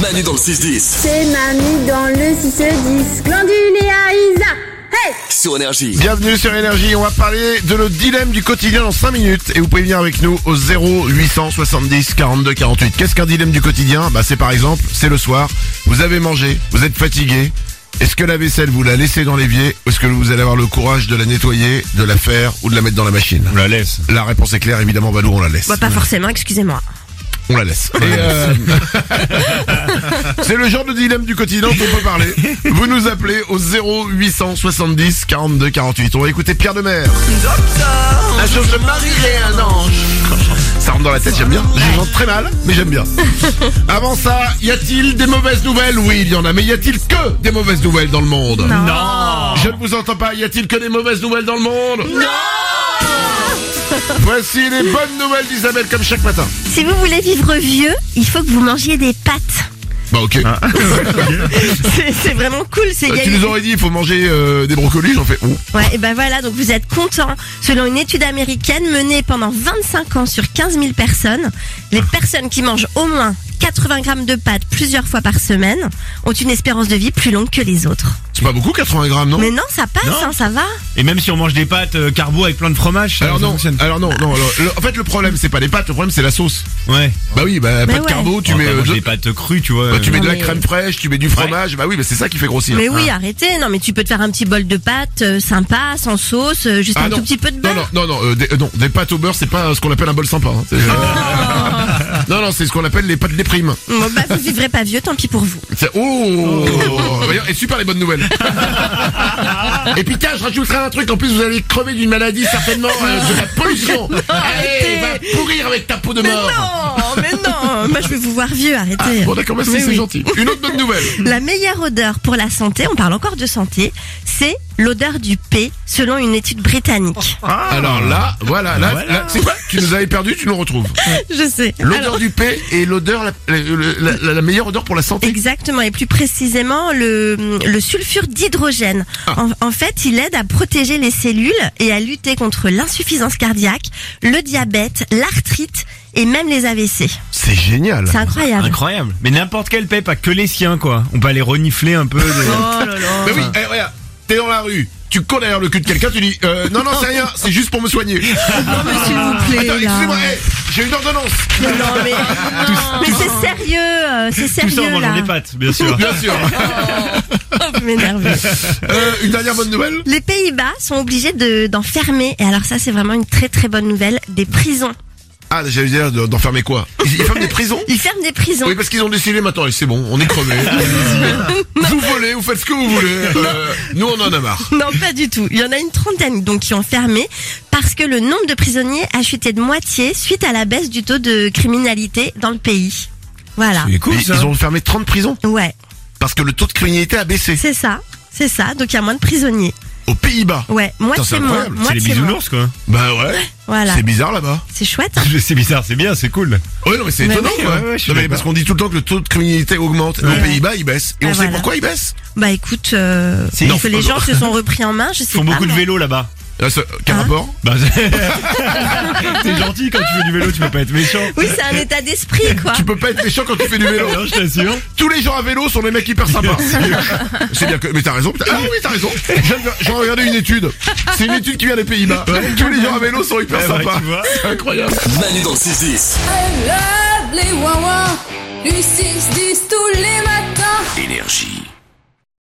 Manu dans le 6-10. C'est Mamie dans le 6-10. Glanduléa Isa. Hey Sur Énergie. Bienvenue sur Énergie, on va parler de le dilemme du quotidien dans 5 minutes et vous pouvez venir avec nous au 0 870 42 48. Qu'est-ce qu'un dilemme du quotidien Bah c'est par exemple, c'est le soir, vous avez mangé, vous êtes fatigué, est-ce que la vaisselle vous la laissez dans l'évier ou est-ce que vous allez avoir le courage de la nettoyer, de la faire ou de la mettre dans la machine On la laisse. La réponse est claire, évidemment Balou on la laisse. Bah, pas forcément, excusez-moi. On la laisse. Et, euh, C'est le genre de dilemme du quotidien dont on peut parler. Vous nous appelez au 0 870 42 48. On va écouter Pierre de Mer. Un jour je marierai un ange. Ça rentre dans la tête, j'aime bien. Je chante très mal, mais j'aime bien. Avant ça, y a-t-il des mauvaises nouvelles Oui, il y en a, mais y a-t-il que des mauvaises nouvelles dans le monde Non Je ne vous entends pas, y a-t-il que des mauvaises nouvelles dans le monde Non Voici les bonnes nouvelles d'Isabelle comme chaque matin. Si vous voulez vivre vieux, il faut que vous mangiez des pâtes. Bah ok. C'est c'est vraiment cool, c'est Euh, gagné. tu nous aurais dit il faut manger euh, des brocolis, j'en fais. Oh. Ouais, et ben voilà, donc vous êtes content. Selon une étude américaine menée pendant 25 ans sur 15 000 personnes, les personnes qui mangent au moins 80 grammes de pâtes plusieurs fois par semaine ont une espérance de vie plus longue que les autres. C'est pas beaucoup 80 grammes Oh. non Mais non, ça passe, Non. hein, ça va. Et même si on mange des pâtes euh, carbo avec plein de fromage, ça Alors non, fonctionne. alors non, non. alors, le- en fait le problème c'est pas les pâtes, le problème c'est la sauce. Ouais. Bah oui, bah pas de ouais. carbo, tu On va mets pas euh, manger de, des pâtes crues, tu vois. euh, bah, tu mets Non, de la mais- euh, crème fraîche, tu mets du fromage. Bah oui, bah c'est ça qui fait grossir. Mais oui, arrêtez. Non, mais tu peux te faire un petit bol de pâtes euh, sympa, sans sauce, euh, juste Ah un non. tout petit peu de non, beurre. non, non, non, euh, des, euh, non, des pâtes au beurre, c'est pas euh, ce qu'on appelle un bol sympa. hein. C'est- Oh. non, non, c'est ce qu'on appelle les pâtes des primes. Bon, bah, vous vivrez pas vieux, tant pis pour vous. C'est- Oh, Et super les bonnes nouvelles. Et puis tiens, je rajouterai un truc, en plus vous allez crever d'une maladie certainement, euh, de la pollution. Allez, arrêtez. va pourrir avec ta peau de Mais mort. non, mais non. Moi, je vais vous voir vieux, arrêtez. Ah, Bon d'accord, merci, Mais c'est oui. gentil. Une autre bonne nouvelle. La meilleure odeur pour la santé, on parle encore de santé, c'est l'odeur du P, selon une étude britannique. Alors là, voilà, là, Voilà. là, c'est quoi Tu nous avais perdu, tu nous retrouves. Je sais. L'odeur du paix et l'odeur, la, la- la- la meilleure odeur pour la santé. Exactement, et plus précisément le, le sulfure d'hydrogène. En, en fait, il aide à protéger les cellules et à lutter contre l'insuffisance cardiaque, le diabète, l'arthrite et même les AVC. C'est génial. C'est incroyable. Incroyable. Mais n'importe quel paix, pas que les siens, quoi. On peut aller renifler un peu. Oh, de- Bah oui, eh, regarde, t'es dans la rue, tu cours derrière le cul de quelqu'un, tu dis, euh, non, non, c'est rien, c'est juste pour me soigner. S'il vous plaît, Attends, là. excusez-moi, eh, j'ai une ordonnance. Non, mais, mais c'est sérieux, euh, c'est Tout sérieux ça en mangeant là. des pâtes, bien sûr. Bien sûr. Vous m'énervez. Euh, une dernière bonne nouvelle. Les Pays-Bas sont obligés de- d'enfermer, et alors ça c'est vraiment une très très bonne nouvelle, des prisons. Ah, j'allais dire de- d'enfermer quoi Ils ils ferment des prisons Ils ferment des prisons. oui, parce qu'ils ont décidé maintenant, et c'est bon, on est crevés. vous volez, vous faites ce que vous voulez. euh, nous, on en a marre. Non, pas du tout. Il y en a une trentaine donc qui ont fermé parce que le nombre de prisonniers a chuté de moitié suite à la baisse du taux de criminalité dans le pays. Voilà. Ils- ils ont fermé 30 prisons Ouais, parce que le taux de criminalité a baissé c'est ça. C'est ça, donc il y a moins de prisonniers. aux Pays-Bas. Ouais, c'est moitié moins. incroyable. C'est les Moitié moins. bisounours, quoi. Bah ouais, Voilà. c'est bizarre là-bas. C'est chouette. hein. C'est bizarre, c'est bien, c'est cool. Ouais, non, mais c'est Mais étonnant oui. quoi. Ouais, ouais, je suis Non, mais d'accord. parce qu'on dit tout le temps que le taux de criminalité augmente. Aux Pays-Bas, il baisse. Et on Ah, sait voilà. pourquoi il baisse. Bah écoute, euh, C'est- parce que les gens se sont repris en main, je Ils sais font pas. beaucoup de Ah, mais- vélo là-bas. Là, ce- Ah, Quel Hein rapport Bah, c'est- T'es gentil quand tu fais du vélo, tu peux pas être méchant. Oui, c'est un état d'esprit quoi. Tu peux pas être méchant quand tu fais du vélo. Non, je t'assure. Tous les gens à vélo sont des mecs hyper sympas. c'est bien que. Mais t'as raison. putain. Ah oui, t'as raison. J'en- J'en regardais une étude. C'est une étude qui vient des Pays-Bas. Tous les gens à vélo sont hyper Ouais, bah, sympas. tu vois. c'est incroyable. Manu dans le 6-10. I love les Wawa du 6-10 tous les matins. Énergie.